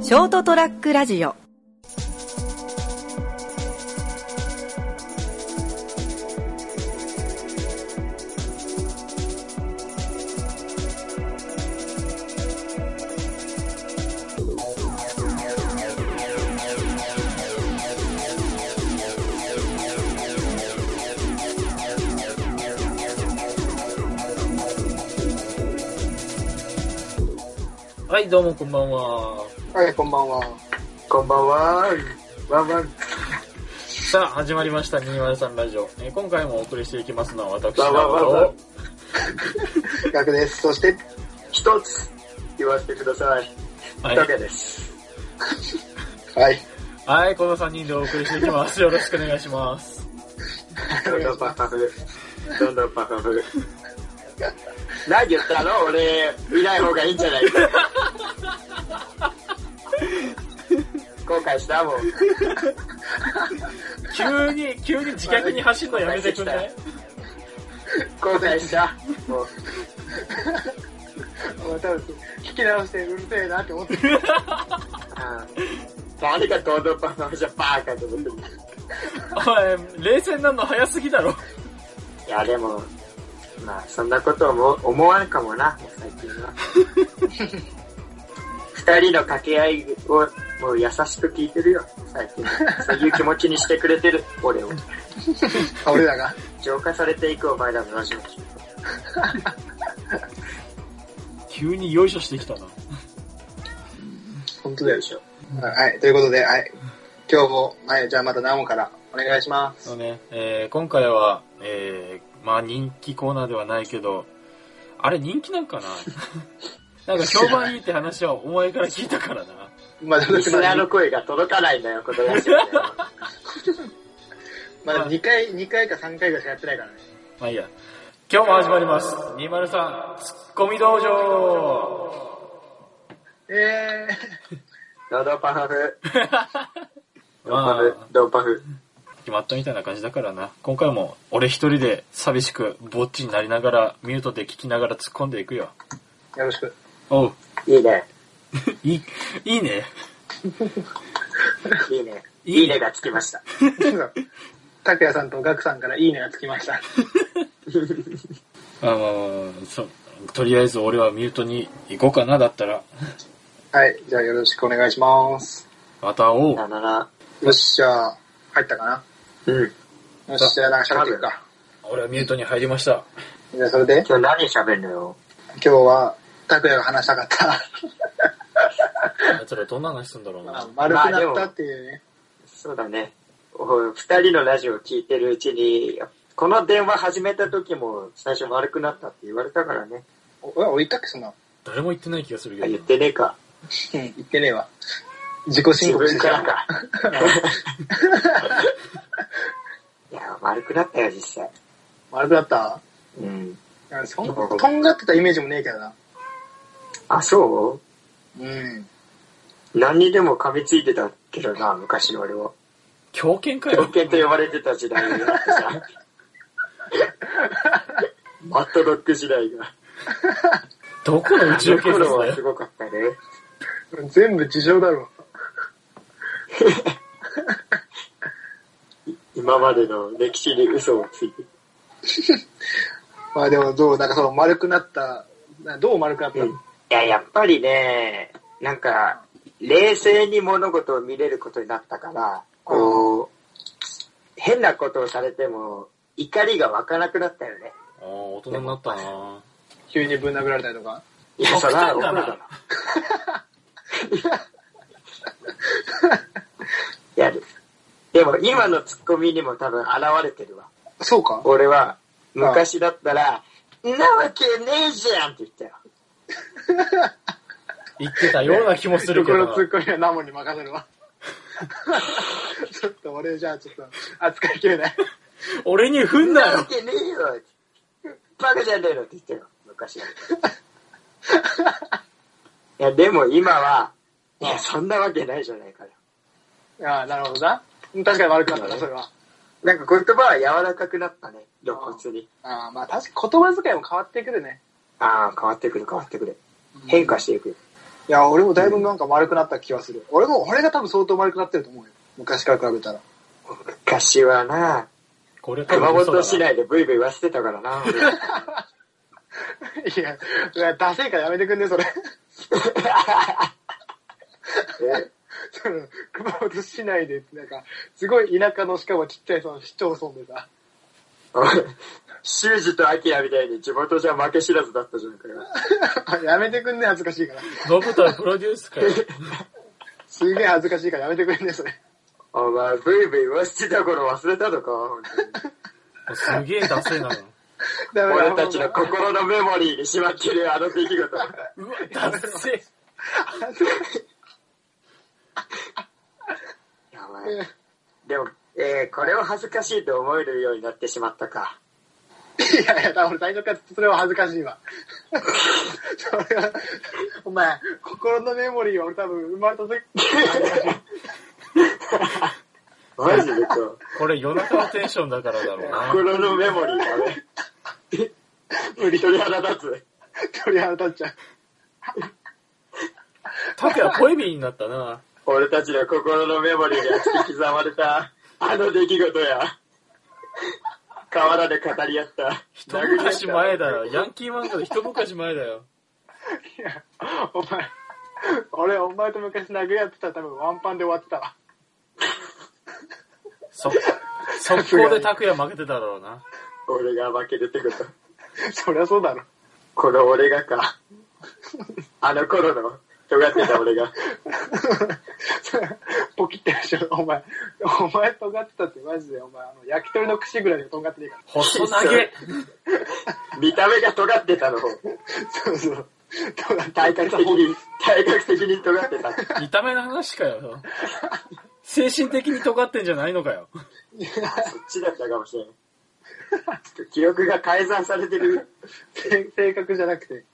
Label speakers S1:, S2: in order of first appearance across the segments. S1: ショートトラックラジオ
S2: はい、どうもこんばんは。
S3: はい、こんばんは。こんばんは。ワンワン。
S2: さあ、始まりました203ラジオ。えー今回もお送りしていきますのは私、
S3: わわわわ
S2: 直人
S3: 楽です。そして、一つ言わせてください。
S2: とは
S3: だ
S2: い
S3: けです。はい。
S2: はい、この3人でお送りしていきます。よろしくお願いします。
S3: どんどんパンパン振る。どんどんパンパン振 る。何言ったの俺、いない方がいいんじゃ ないか。後悔したもん。
S2: 急に、急に自虐に走るのやめてくんない
S3: 後悔した。もう。もう多分聞き直してうるせえなって思ってる。誰がどんどんパンパンじゃバーカと思ってる。
S2: おい、冷静になるの早すぎだろ。
S3: いや、でも、まあ、そんなことも思わんかもな、最近は。二人の掛け合いを、もう優しく聞いてるよ、最近。そういう気持ちにしてくれてる、俺を。
S4: 俺らが。
S3: 浄化されていくお前らのラジオ聞いて
S2: 急によいしょしてきたな。
S4: 本当
S3: る
S4: だ
S3: で
S4: よ。
S3: しょ。
S4: はい、ということで、はい。今日も、はい、じゃあまたナモからお願いします。
S2: そうね、えー今回は、えーまあ人気コーナーではないけど、あれ人気なん かななんか評判いいって話はお前から聞いたからな。
S4: まあ、でも
S3: リスナーの声が届かないんだよ、このラジオでは。
S4: まあ、2回、二回か3回ぐらいしかやってないからね。
S2: まあいいや。今日も始まります。203ツッコミ道場
S4: え
S3: ドドパフ。ドパ
S2: ま
S3: フ
S2: あ、、
S3: ドパフ。
S2: 決まったみたいな感じだからな。今回も俺一人で寂しくぼっちになりながら、ミュートで聞きながら突っ込んでいくよ。
S4: ー、よろしく。
S2: おう、
S3: いいね。
S2: いい、いいね。
S3: い
S2: い
S3: いね。
S2: いね
S3: いいねがつきました。
S4: 拓也さんとガクさんからいいねがつきました。
S2: あのー、そとりあえず俺はミュートに行こうかな、だったら。
S4: はい、じゃあよろしくお願いします。
S2: またお
S3: さよ
S2: う。
S3: なら。
S4: よっしゃ、入ったかな
S3: うん。
S4: よっしゃ、なんか喋っていくか。
S2: 俺はミュートに入りました。
S4: じゃあそれで、
S3: 今日何喋るのよ。
S4: 今日は、拓也が話したかった。
S2: 奴らどんな話すんだろう
S4: まあ
S2: な。
S4: 丸くなったっていうね。
S3: そうだね。お二人のラジオを聞いてるうちに、この電話始めた時も最初丸くなったって言われたからね。
S4: お俺、言ったっけ、そんなの。
S2: 誰も言ってない気がする
S3: あ
S2: け
S3: 言っ
S2: ど。
S3: てねえか。
S4: うん、言ってねえわ。自己申
S3: 自
S4: 告し
S3: 分
S4: て
S3: か
S4: た
S3: らか。 いや、丸くなったよ、実際。
S4: 丸くなった
S3: うん。
S4: いやそんとんがってたイメージもねえけどな。
S3: あ、そ
S4: うん。
S3: う何にでも噛みついてたけどな、昔の俺は。
S2: 狂犬か
S3: 狂
S2: よ。
S3: 犬と呼ばれてた時代があって さ。マットドック時代が。
S2: どこの宇
S3: そ
S2: 宙警
S3: の
S2: 察
S3: 頃
S2: だ
S3: は
S2: よ
S3: す。ごかったね。
S4: 全部事情だろ。
S3: 今までの歴史に嘘をついて。
S4: まあでもどう、なんかその丸くなった、などう丸くなった、
S3: うんいや、やっぱりね、なんか、冷静に物事を見れることになったから、こう、変なことをされても、怒りが湧かなくなったよね。
S2: ああ、大人になったな。
S4: 急にぶん殴られたりとか。
S3: いや、そら、怒
S2: 極端だ
S3: るだ
S2: な
S3: ろ。い や、でも今のツッコミにも多分現れてるわ。
S4: そうか
S3: 俺は、昔だったら、んなわけねえじゃんって言ったよ。
S2: 言ってたような気もするけどな
S4: このツ。ッコミはナモに任せるわ。ちょっと俺じゃあちょっと扱いきれない。
S2: 俺に踏ん
S3: ん
S2: な
S3: なわ
S2: よ
S3: けねえよってバカじゃねえのって言ってよ、昔は。いや、でも今は、いや、そんなわけないじゃないかよ。
S4: ああ、なるほどな。うん確かに丸くなったな、それは。
S3: なんか言葉は柔らかくなったね、露骨に。
S4: ああ、まあ確かに言葉遣いも変わってくるね。
S3: ああ、変わってくる変わってくる。変化していく。
S4: いや、俺もだいぶなんか丸くなった気はする。俺も、俺が多分相当丸くなってると思うよ。昔から比べた ら。
S3: 昔はな、
S2: これ多
S3: 熊
S2: 分嘘
S3: 本
S2: だ
S3: 市
S2: な
S3: 内でブイブイ言わせてたからな、俺
S4: いや、いやダセいからやめてくんね、それ。
S3: え
S4: その熊本市内で、なんか、すごい田舎の、しかもちっちゃいその市町村でさ。
S3: おい修二と明みたいに地元じゃ負け知らずだったじゃんかよ。
S4: やめてくんね、恥ずかしいから。
S2: ノブタプロデュースかよ。
S4: すげえ恥ずかしいからやめてくんね、それ。
S3: お前、ブイブイ言わせてた頃忘れたのか本当に
S2: すげえダセえな。
S4: ダメだ
S3: 俺たちの心のメモリーにしまってるあの出来事。
S2: うわ、ダッセ
S3: やばいでも、えー、これを恥ずかしいと思えるようになってしまったか。
S4: いやいや、だから俺最初からそれは恥ずかしいわ。 それは、お前、心のメモリーは俺多分生まれた時、
S3: マジでそう。
S2: これ夜中のテンションだからだろうな。
S3: 心のメモリーだね。鳥肌立
S4: 鳥肌立っちゃう。
S2: タクヤ恋人になったな。
S3: つ。俺たちの心のメモリーに突き刻まれた、あの出来事や。河原で語り合った。
S2: 一昔前だよ。ヤンキー漫画で一昔前だよ。
S4: いや、お前、俺、お前と昔殴り合ってたら多分ワンパンで終わってたわ。
S2: そ、速攻でタクヤ負けてただろうな。
S3: 俺が負けるってこと。
S4: そりゃそうだろ。
S3: この俺がか。あの頃の、尖ってた俺が。
S4: ポキってるでしょ、お前。お前とがってたってマジで、お前、あの焼き鳥の串ぐらいでとんがってねえか
S2: 細投げ。
S3: 見た目が尖ってたの方。
S4: ら。そうそう。とがって
S3: 体格的に、体格的に尖ってた。
S2: 見た目の話かよ。精神的に尖ってんじゃないのかよ。
S3: そっちだったかもしれん。ちょっと記録が改ざんされてる、
S4: 性性格じゃなくて、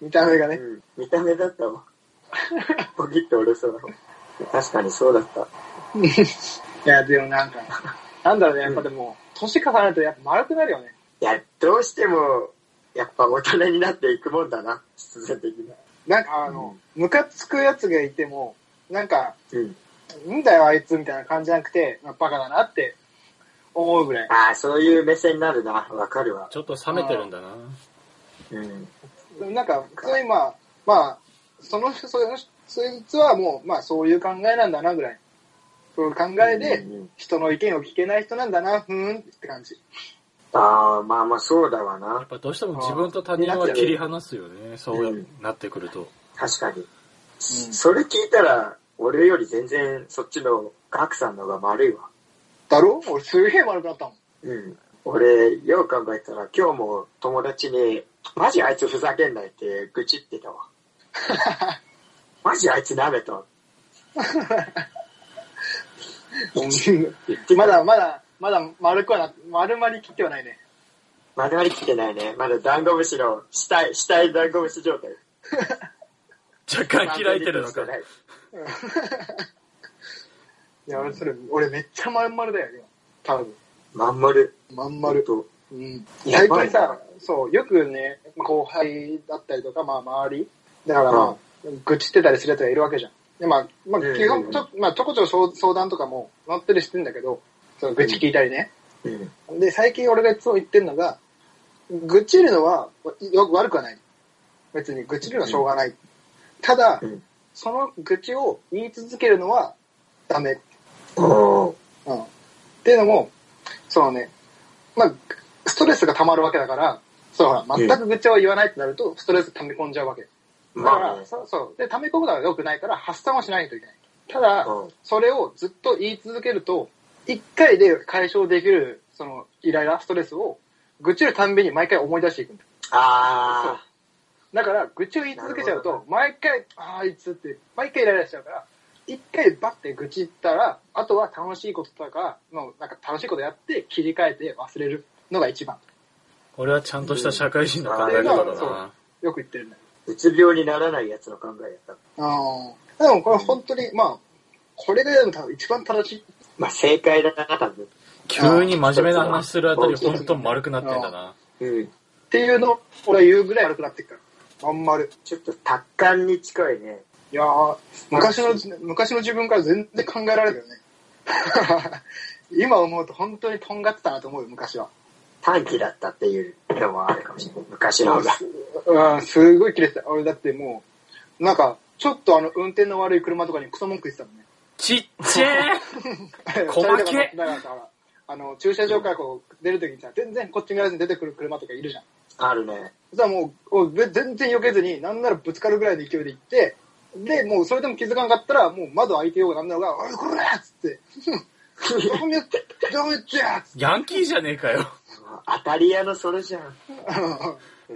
S4: 見た目が
S3: う
S4: ね。
S3: ん、見た目だったわ。ポキッと折れそうな。確かにそうだった。
S4: いや、でもなんか、なんだろうね、やっぱでも、年重ねるとやっぱ丸くなるよね。
S3: いや、どうしても、やっぱ大人になっていくもんだな、必然的に。
S4: なんかあの、ムカつくやつがいても、なんか、
S3: うん。
S4: んだよあいつみたいな感じじゃなくて、まあ、バカだなって思うぐらい。
S3: ああ、そういう目線になるな、わかるわ。
S2: ちょっと冷めてるんだな。
S3: うん。
S4: でもなんか、普通にまあ、まあ、その人、その人そいつはもう、まあそういう考えなんだなぐらい。そういう考えで
S3: うんうん、
S4: 人の意見を聞けない人なんだな、ふーんって感じ。
S3: ああ、まあまあそうだわ
S2: や
S3: な
S2: っ。ぱどうしても自分と他人は切り離すよね。そうなってくると。
S3: 確かに。それ聞いたら、俺より全然そっちのガクさんの方が丸いわ。
S4: だろ俺すげえ悪くなったもん。
S3: うん。俺、よう考えたら、今日も友達に、マジあいつふざけんないって愚痴ってた わ。マジあいつ舐め た。言って
S4: ま
S3: まだ、
S4: だまだ、まだ丸くはな、丸まりきってはないね。
S3: 丸まりきってないね。まだダンゴムシの、死体、死体ダンゴムシ状態。
S2: 若干開いてるのか。
S4: いや、俺それ、俺めっちゃ丸々だよ、今。多分。
S3: まんまる。
S4: まん丸。
S3: と。
S4: うん。
S3: や
S4: 最
S3: ばい
S4: 近
S3: な
S4: さ、そう、よくね、後輩だったりとか、まあ周り、だからまあ、愚痴ってたりするやつがいるわけじゃん。で、まあ、まあ、
S3: うん
S4: 基本ちょ、まあ、ちょこちょこ相相談とかも乗ってるしてんだけど、その愚痴聞いたりね。
S3: うん。
S4: で、最近俺がいつも言ってるのが、愚痴るのはよく悪くはない。別に愚痴るのはしょうがない。ただ、
S3: うん
S4: その愚痴を言い続けるのはダメ。
S3: おー
S4: うん。っていうのも、そのね、まあ、ストレスが溜まるわけだから、そうほら、全く愚痴を言わないってなると、ストレス溜め込んじゃうわけ。だか
S3: まあ
S4: ら、
S3: ね、
S4: そうそう。で、溜め込むのは良くないから、発散はしないといけない。ただ、
S3: うん
S4: それをずっと言い続けると、一回で解消できる、その、イライラ、ストレスを、愚痴るたんびに毎回思い出していくんだよ
S3: あ
S4: だから、愚痴を言い続けちゃう
S3: なる
S4: と、毎回、あーあいつって、毎回イライラしちゃうから、一回バッて愚痴ったら、あとは楽しいこととか、の、なんか楽しいことやって、切り替えて忘れるのが一番。
S2: 俺はちゃんとした社会人の考え方
S4: うん
S2: だ
S4: そう
S2: な。
S4: よく言ってるんだよ。
S3: ーうつ病にならないやつの考えやった。
S4: ああ。でもこれ本当に、まあ、これがでも多分一番正しい。
S3: まあ正解だな、多分。
S2: 急に真面目な話するあたり、ほんと丸くなってんだな。
S3: うん。
S4: っていうのを俺は言うぐらい悪くなっていくから。まん丸。
S3: ちょっと達観に近いね。
S4: いやー昔の、昔の自分から全然考えられるよね。 今思うと本当にとんがってたなと思うよ、昔は。
S3: 短期だったっていうのもあるかもしれない。昔の方が。
S4: うん、すごい切れてた。俺だってもう、なんか、ちょっとあの、運転の悪い車とかにクソ文句言ってたもんね。
S2: ちっちゃい細けえ
S4: 二人でだからだから、あの、駐車場からこう、出るときにさ、全然こっち側に出てくる車とかいるじゃん。
S3: あるね。
S4: そしたらもう、おべ全然避けずに、なんならぶつかるぐらいの勢いで行って、で、もうそれでも気づかなかったら、もう窓開いてようがなんだろうが、おい、これっつって、どこ見やって、どこ見やってやつっ
S2: ヤンキーじゃねえかよ。
S3: 当たり屋のそれじゃん。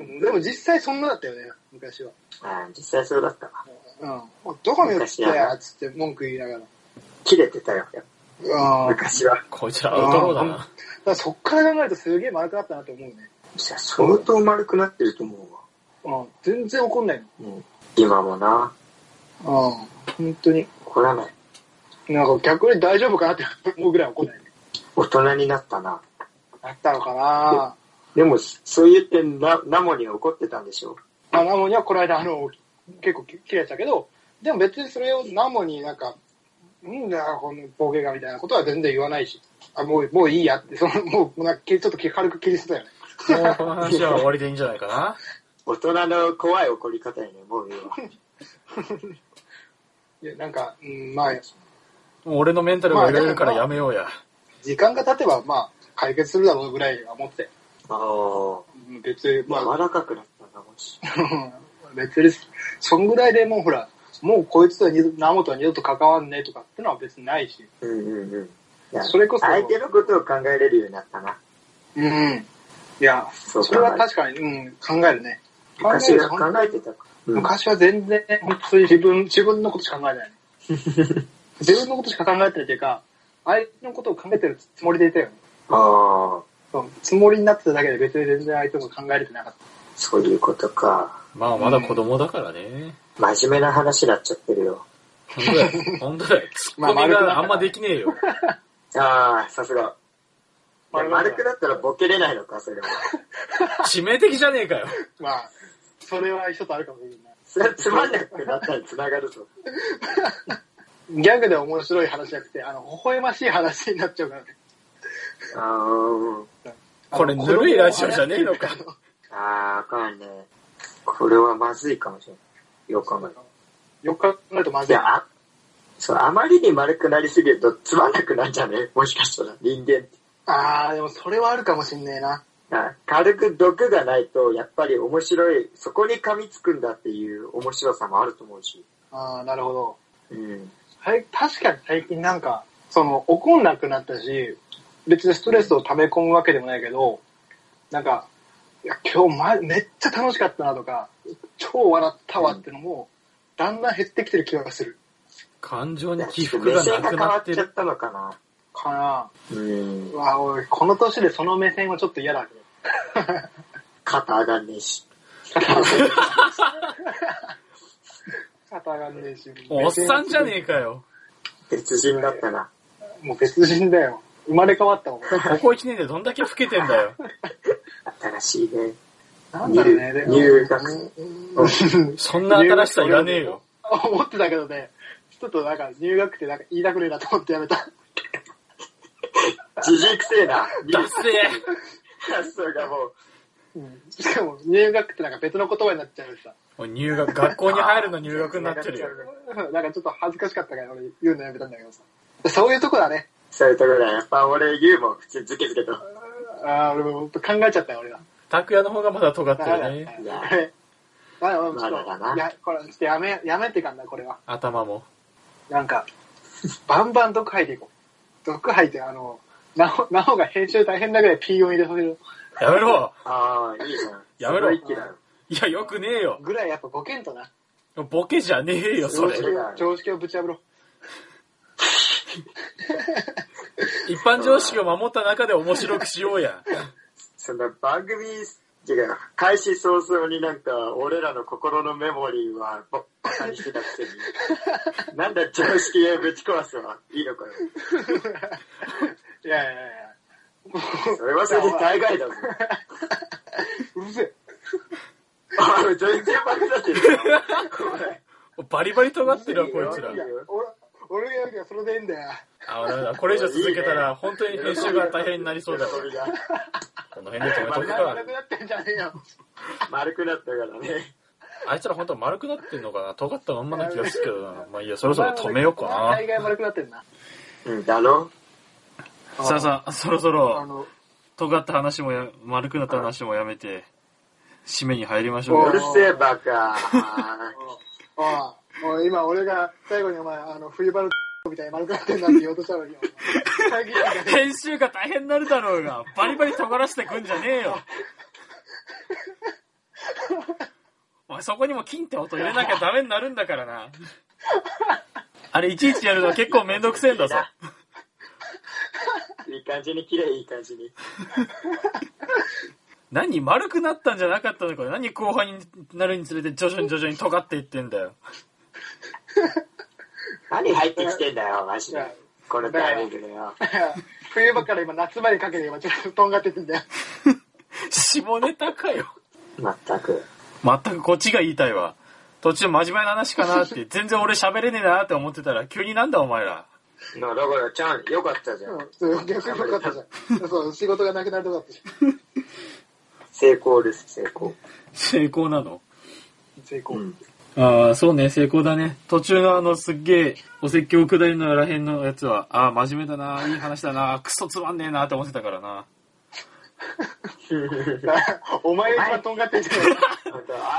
S4: て。でも実際そんなだったよね、昔は。
S3: あー実際そうだったわ。
S4: うん。おいどこ見やってやつって文句言いながら。
S3: 切れてたよ。
S4: うん。だか
S3: 昔は。
S2: こいつらアウトローだな。
S4: らそっから考えるとすげえ丸くなったなと思うね。
S3: じゃあ相当丸くなってると思うわ。
S4: うん。全然怒んない
S3: うん、今もな。
S4: の。うん。本当に。
S3: 怒らない。
S4: なんか逆に大丈夫かなって思うぐらい怒んないね。
S3: 大人になったな。
S4: あったのかな
S3: でも、そう言ってな、ナモには怒ってたんでしょ
S4: あ、ナモにはこの間、あの、結構き切れてたけど、でも別にそれをナモになんか、うんだよ、このボケがみたいなことは全然言わないし、あ、もう、もういいやって、その、もう、なんか、ちょっと軽く切り捨てたよね。
S2: もうこの話は終わりでいいんじゃないかな。
S3: 大人の怖い怒り方やね、もう今。
S4: いや、なんか、うん、まあ、
S2: もう俺のメンタルが揺れるからやめようや。
S4: 時間が経てば、まあ、解決するだろうぐらいは思って、
S3: あ
S4: うん別に、まあ
S3: あ、、柔らかくなったな、もし。
S4: うん別に、そんぐらいでもうほら、もうこいつとは二度、ナモとは二度と関わんねえとかってのは別にないし。
S3: うんうんうんいや。
S4: それこそ
S3: 相手のことを考えれるようになったな。
S4: うん。いや、
S3: そう
S4: それは確かに、うん、考えるね。
S3: 昔は
S4: 考える
S3: 考えてたか。うん
S4: 昔は全然、本当に自分、自分のことしか考えない、ね。自分のことしか考えてないというか、相手のことを考えてるつもりでいたよね。
S3: ああ、
S4: そうつもりになってただけで別に全然相手も考えれてなかっ
S3: そういうことか。
S2: まあまだ子供だからね。
S3: 真面目な話になっちゃってるよ。
S2: 本当だよ。本当だよ。ツッコミがあんまできねえよ。
S3: ああ、さすが。いや
S4: 丸く
S3: 丸くな
S4: なった
S3: ったらボケれないのか、それは。
S2: 致命的じゃねえかよ。
S4: た。まあ、それは一つあるかもしれな
S3: それはつまんなくなったに繋がるぞ。
S4: い。ギャグで面白い話じゃなくて、あの、微笑ましい話になっちゃうからね。
S3: あ
S2: これ
S4: あの
S2: ぬるいラジオじゃねえのか。
S3: あ、ああ、あかんね。これはまずいかもしれない。よく考える
S4: よく考えるとま
S3: い
S4: ずい。
S3: や、あ、そう、あまりに丸くなりすぎるとつまんなくなっちゃうね。もしかしたら、人間って。
S4: あー、でもそれはあるかもしんねえな。
S3: あ軽く毒がないと、やっぱり面白い、そこに噛みつくんだっていう面白さもあると思うし。
S4: あー、なるほど。
S3: うん。
S4: はい、確かに最近なんか、その、怒んなくなったし、別にストレスを溜め込むわけでもないけど、なんか、いや、今日、ま、めっちゃ楽しかったなとか、超笑ったわってのも、だんだん減ってきてる気がする。
S2: 感情
S3: い
S2: に
S3: や
S2: 起
S3: ちょっ
S2: 伏
S3: と目
S2: が
S3: 線
S2: な
S3: が
S2: く
S3: 変
S2: な
S3: わ
S2: っ
S3: ってちゃっ
S2: る。
S3: たのかな。
S4: かな
S3: う。
S4: ぁ。うんわぁ、俺、この年でその目線はちょっと嫌だけど。
S3: 肩上がんねえし。
S4: 肩がねえし。
S2: おっさんじゃねえかよ。
S3: 別人だったな。
S4: えもう別人だよ。生まれ変わったもん。
S2: ここ1年でどんだけ老けてんだよ。
S3: 新しいね。
S4: なんだろうね、でも
S3: 入学。
S2: そんな新しさいらねえよ。
S4: 思ってたけどね、ちょっとなんか入学ってなんか言いたくねえなと思ってやめた。
S3: じじいくせえな。
S2: だっせえ。
S3: 発想がもう。
S4: しかも入学ってなんか別の言葉になっちゃうしさ。
S2: もう入学、学校に入るの入学になってるよ。
S4: なんかちょっと恥ずかしかったから俺言うのやめたんだけどさ。そういうとこだね。
S3: そういうところだ。やっぱ俺ユーモア普通にズケズケと。
S4: ああ、俺も考えちゃったよ、俺は。
S2: 拓也の方がまだ尖って
S4: だか
S2: る
S4: ら、
S2: ね。
S4: いやこれあ俺もちょ
S3: ま
S4: っ
S3: だだ
S4: と、
S3: ない
S4: や、これ、ちょっとやめ、やめてかんな、これは。
S2: 頭も。
S4: なんか、バンバン毒吐いていこう。毒吐いて、あの、なお、なおが編集大変だぐらい P を入れさせる
S2: やめろ
S3: ああ、いいじゃん。
S2: やめろ
S3: すごい気だよ
S2: いや、よくねえよ。
S4: ぐらいやっぱボケんとな。
S2: ボケじゃねえよ、そ
S4: 常
S2: れ
S4: 識。を、常識をぶち破ろう。
S2: 一般常識を守った中で面白くしようや。
S3: その番組、っていうか、開始早々になんか、俺らの心のメモリーは、ばっかにしてたくせ に。なんだ、常識をぶち壊すわ。いいのかよ。
S4: いやいやいやいや。
S3: それ はそれで大概だぞ。
S4: うるせえ。
S3: ああ、全然バカだってるよ。お前
S2: バリバリ尖ってるわ、こいつら
S4: い。や俺、俺がやるからそれでいいんだよ。
S2: あ、ダメだ。これ以上続けたら、本当に編集が大変になりそうだわ。
S3: 喜びが
S2: この辺で止めとく
S4: 仲
S2: か
S4: な。くなってんじゃねえよ。
S3: 丸くなったからね。
S2: あいつら本当丸くなってんのかな尖ったまんまな気がするけどな。まあいいや、そろそろ止めようかな。
S4: 大概丸くなってんな。
S3: うん、だろ
S2: さあさあ、そろそ
S4: あ
S2: ろ、
S4: の、
S2: 尖った話もや、丸くなった話もやめて、締めに入りましょ
S4: お
S3: う
S2: う
S3: る
S2: よ。
S3: せえ、バカ。
S4: ああ、おい今俺が最後にお前、あの、冬場のみたいに丸くなってんなって言おうとしたのに、お前最近なんかね
S2: 編集が大変になるだろうが、バリバリ尖らせてくんじゃねえよ。お前そこにも金って音入れなきゃダメになるんだからな。あれいちいちやるの結構めんどくせえんだぞ。
S3: いい感じに、綺麗いい感じに。
S2: 何丸くなったんじゃなかったのか何後半になるにつれて徐々に徐々に尖っていってんだよ。
S3: 何入ってきてんだよ、マジ
S4: いや
S3: で。このタイミングでよ。
S4: 冬場から今夏場にかけて今ちょっととんがっててんだよ。
S2: 下ネタかよ。
S3: まったく。
S2: 全くこっちが言いたいわ。途中真面目な話かなって、 全然俺喋れねえなって思ってたら、急になんだお前ら。
S3: のだから、ちゃん、よかったじゃん。
S4: そう逆によかったじゃん。そう、仕事がなくなるとこだったじ
S3: 成功です、成功。
S2: 成功なの
S4: ゃん。成功。
S3: うん
S2: ああ、そうね、成功だね。途中のあの、すっげえ、お説教下りのらへんのやつは、ああ、真面目だな、いい話だな、クソつまんねえなって思ってたからな。
S4: お前が一番とんがってんじゃ ねえか。
S3: 本当相変わ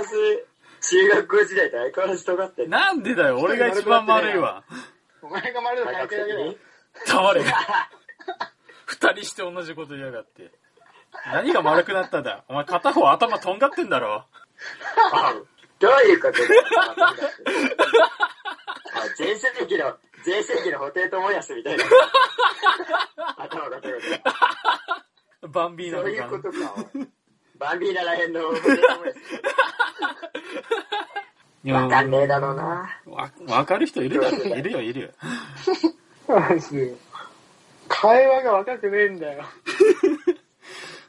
S3: らず、中学校時代と相変わらず尖ってる。
S2: なんでだよ、俺が一番悪いわ。
S4: お前が丸く
S3: 大
S4: なっ
S3: 学
S4: てるだけだよ
S3: 的。
S2: 黙れ。二人して同じこと言いやがって。何が丸くなったんだお前片方頭とんがってんだろ
S3: に。どういうことだよあ全盛期の、全盛期の布袋友康みたいな。頭が出てる。
S2: バンビーナ
S3: そう
S2: と
S3: いうこ
S2: か。
S3: とか。バンビーナらへんの布袋友康。
S2: いや
S3: わかんねえだろうな。
S2: わ、わかる人いるだろ。いるよ、いるよ。
S4: マジで会話が若くねえんだよ。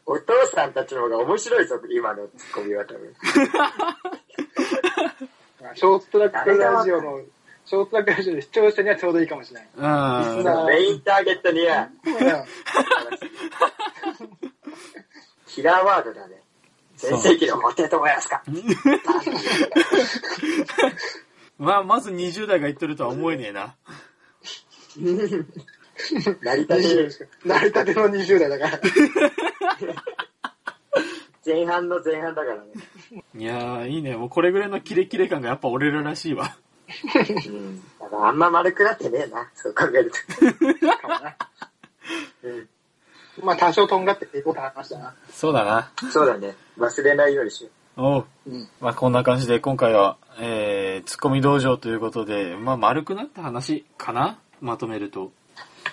S3: お父さんたちの方が面白いぞ、今のツッコミは多分。
S4: ショートトラックラジオの、ショートトラックラジオで視聴者にはちょうどいいかもしれない。
S2: うん。
S4: な
S3: メインターゲットには、キラーワードだね。全盛期の布袋友康か。
S2: まあ、まず20代が言ってるとは思えねえな。
S3: 成田
S4: 20
S3: で
S4: ですから成り立ての20代だから。
S3: 前半の前半だからね。
S2: いやー、いいね。もうこれぐらいのキレキレ感がやっぱ俺ららしいわ。
S3: うん。だからあんま丸くなってねえな、そう考えると。
S4: かもな
S3: うん。
S4: まあ多少とんがっていこうって話だな。
S2: そうだな。
S3: そうだね。忘れないようにしよ
S2: おう。
S4: うん。
S2: まあ、こんな感じで今回は、えー、ツッコミ道場ということで、まあ、丸くなった話かなまとめると。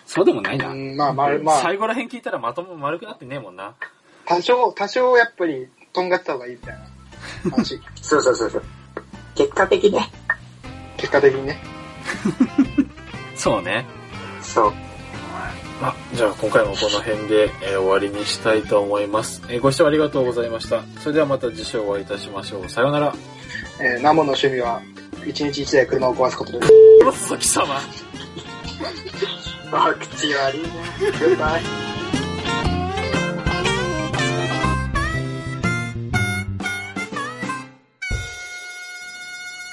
S2: そうでもないな。
S4: まあまあ、まあ、
S2: 最後ら辺聞いたらまとも丸くなってねえもんな。
S4: 多少、多少やっぱりとんがってた方がいいみたいな話。
S3: う。そうそうそうそう。結果的ね。
S4: 結果的にね。
S2: そうね。
S3: そう。
S2: まあ、じゃあ今回もこの辺で、えー終わりにしたいと思います、えーご視聴ありがとうございました。それではまた次週お会いいたしましょう。さようなら。
S4: えー、ナモの趣味は、一日一台車を壊すことです。
S2: さき様。
S3: あ、口悪いな。 グッバイ。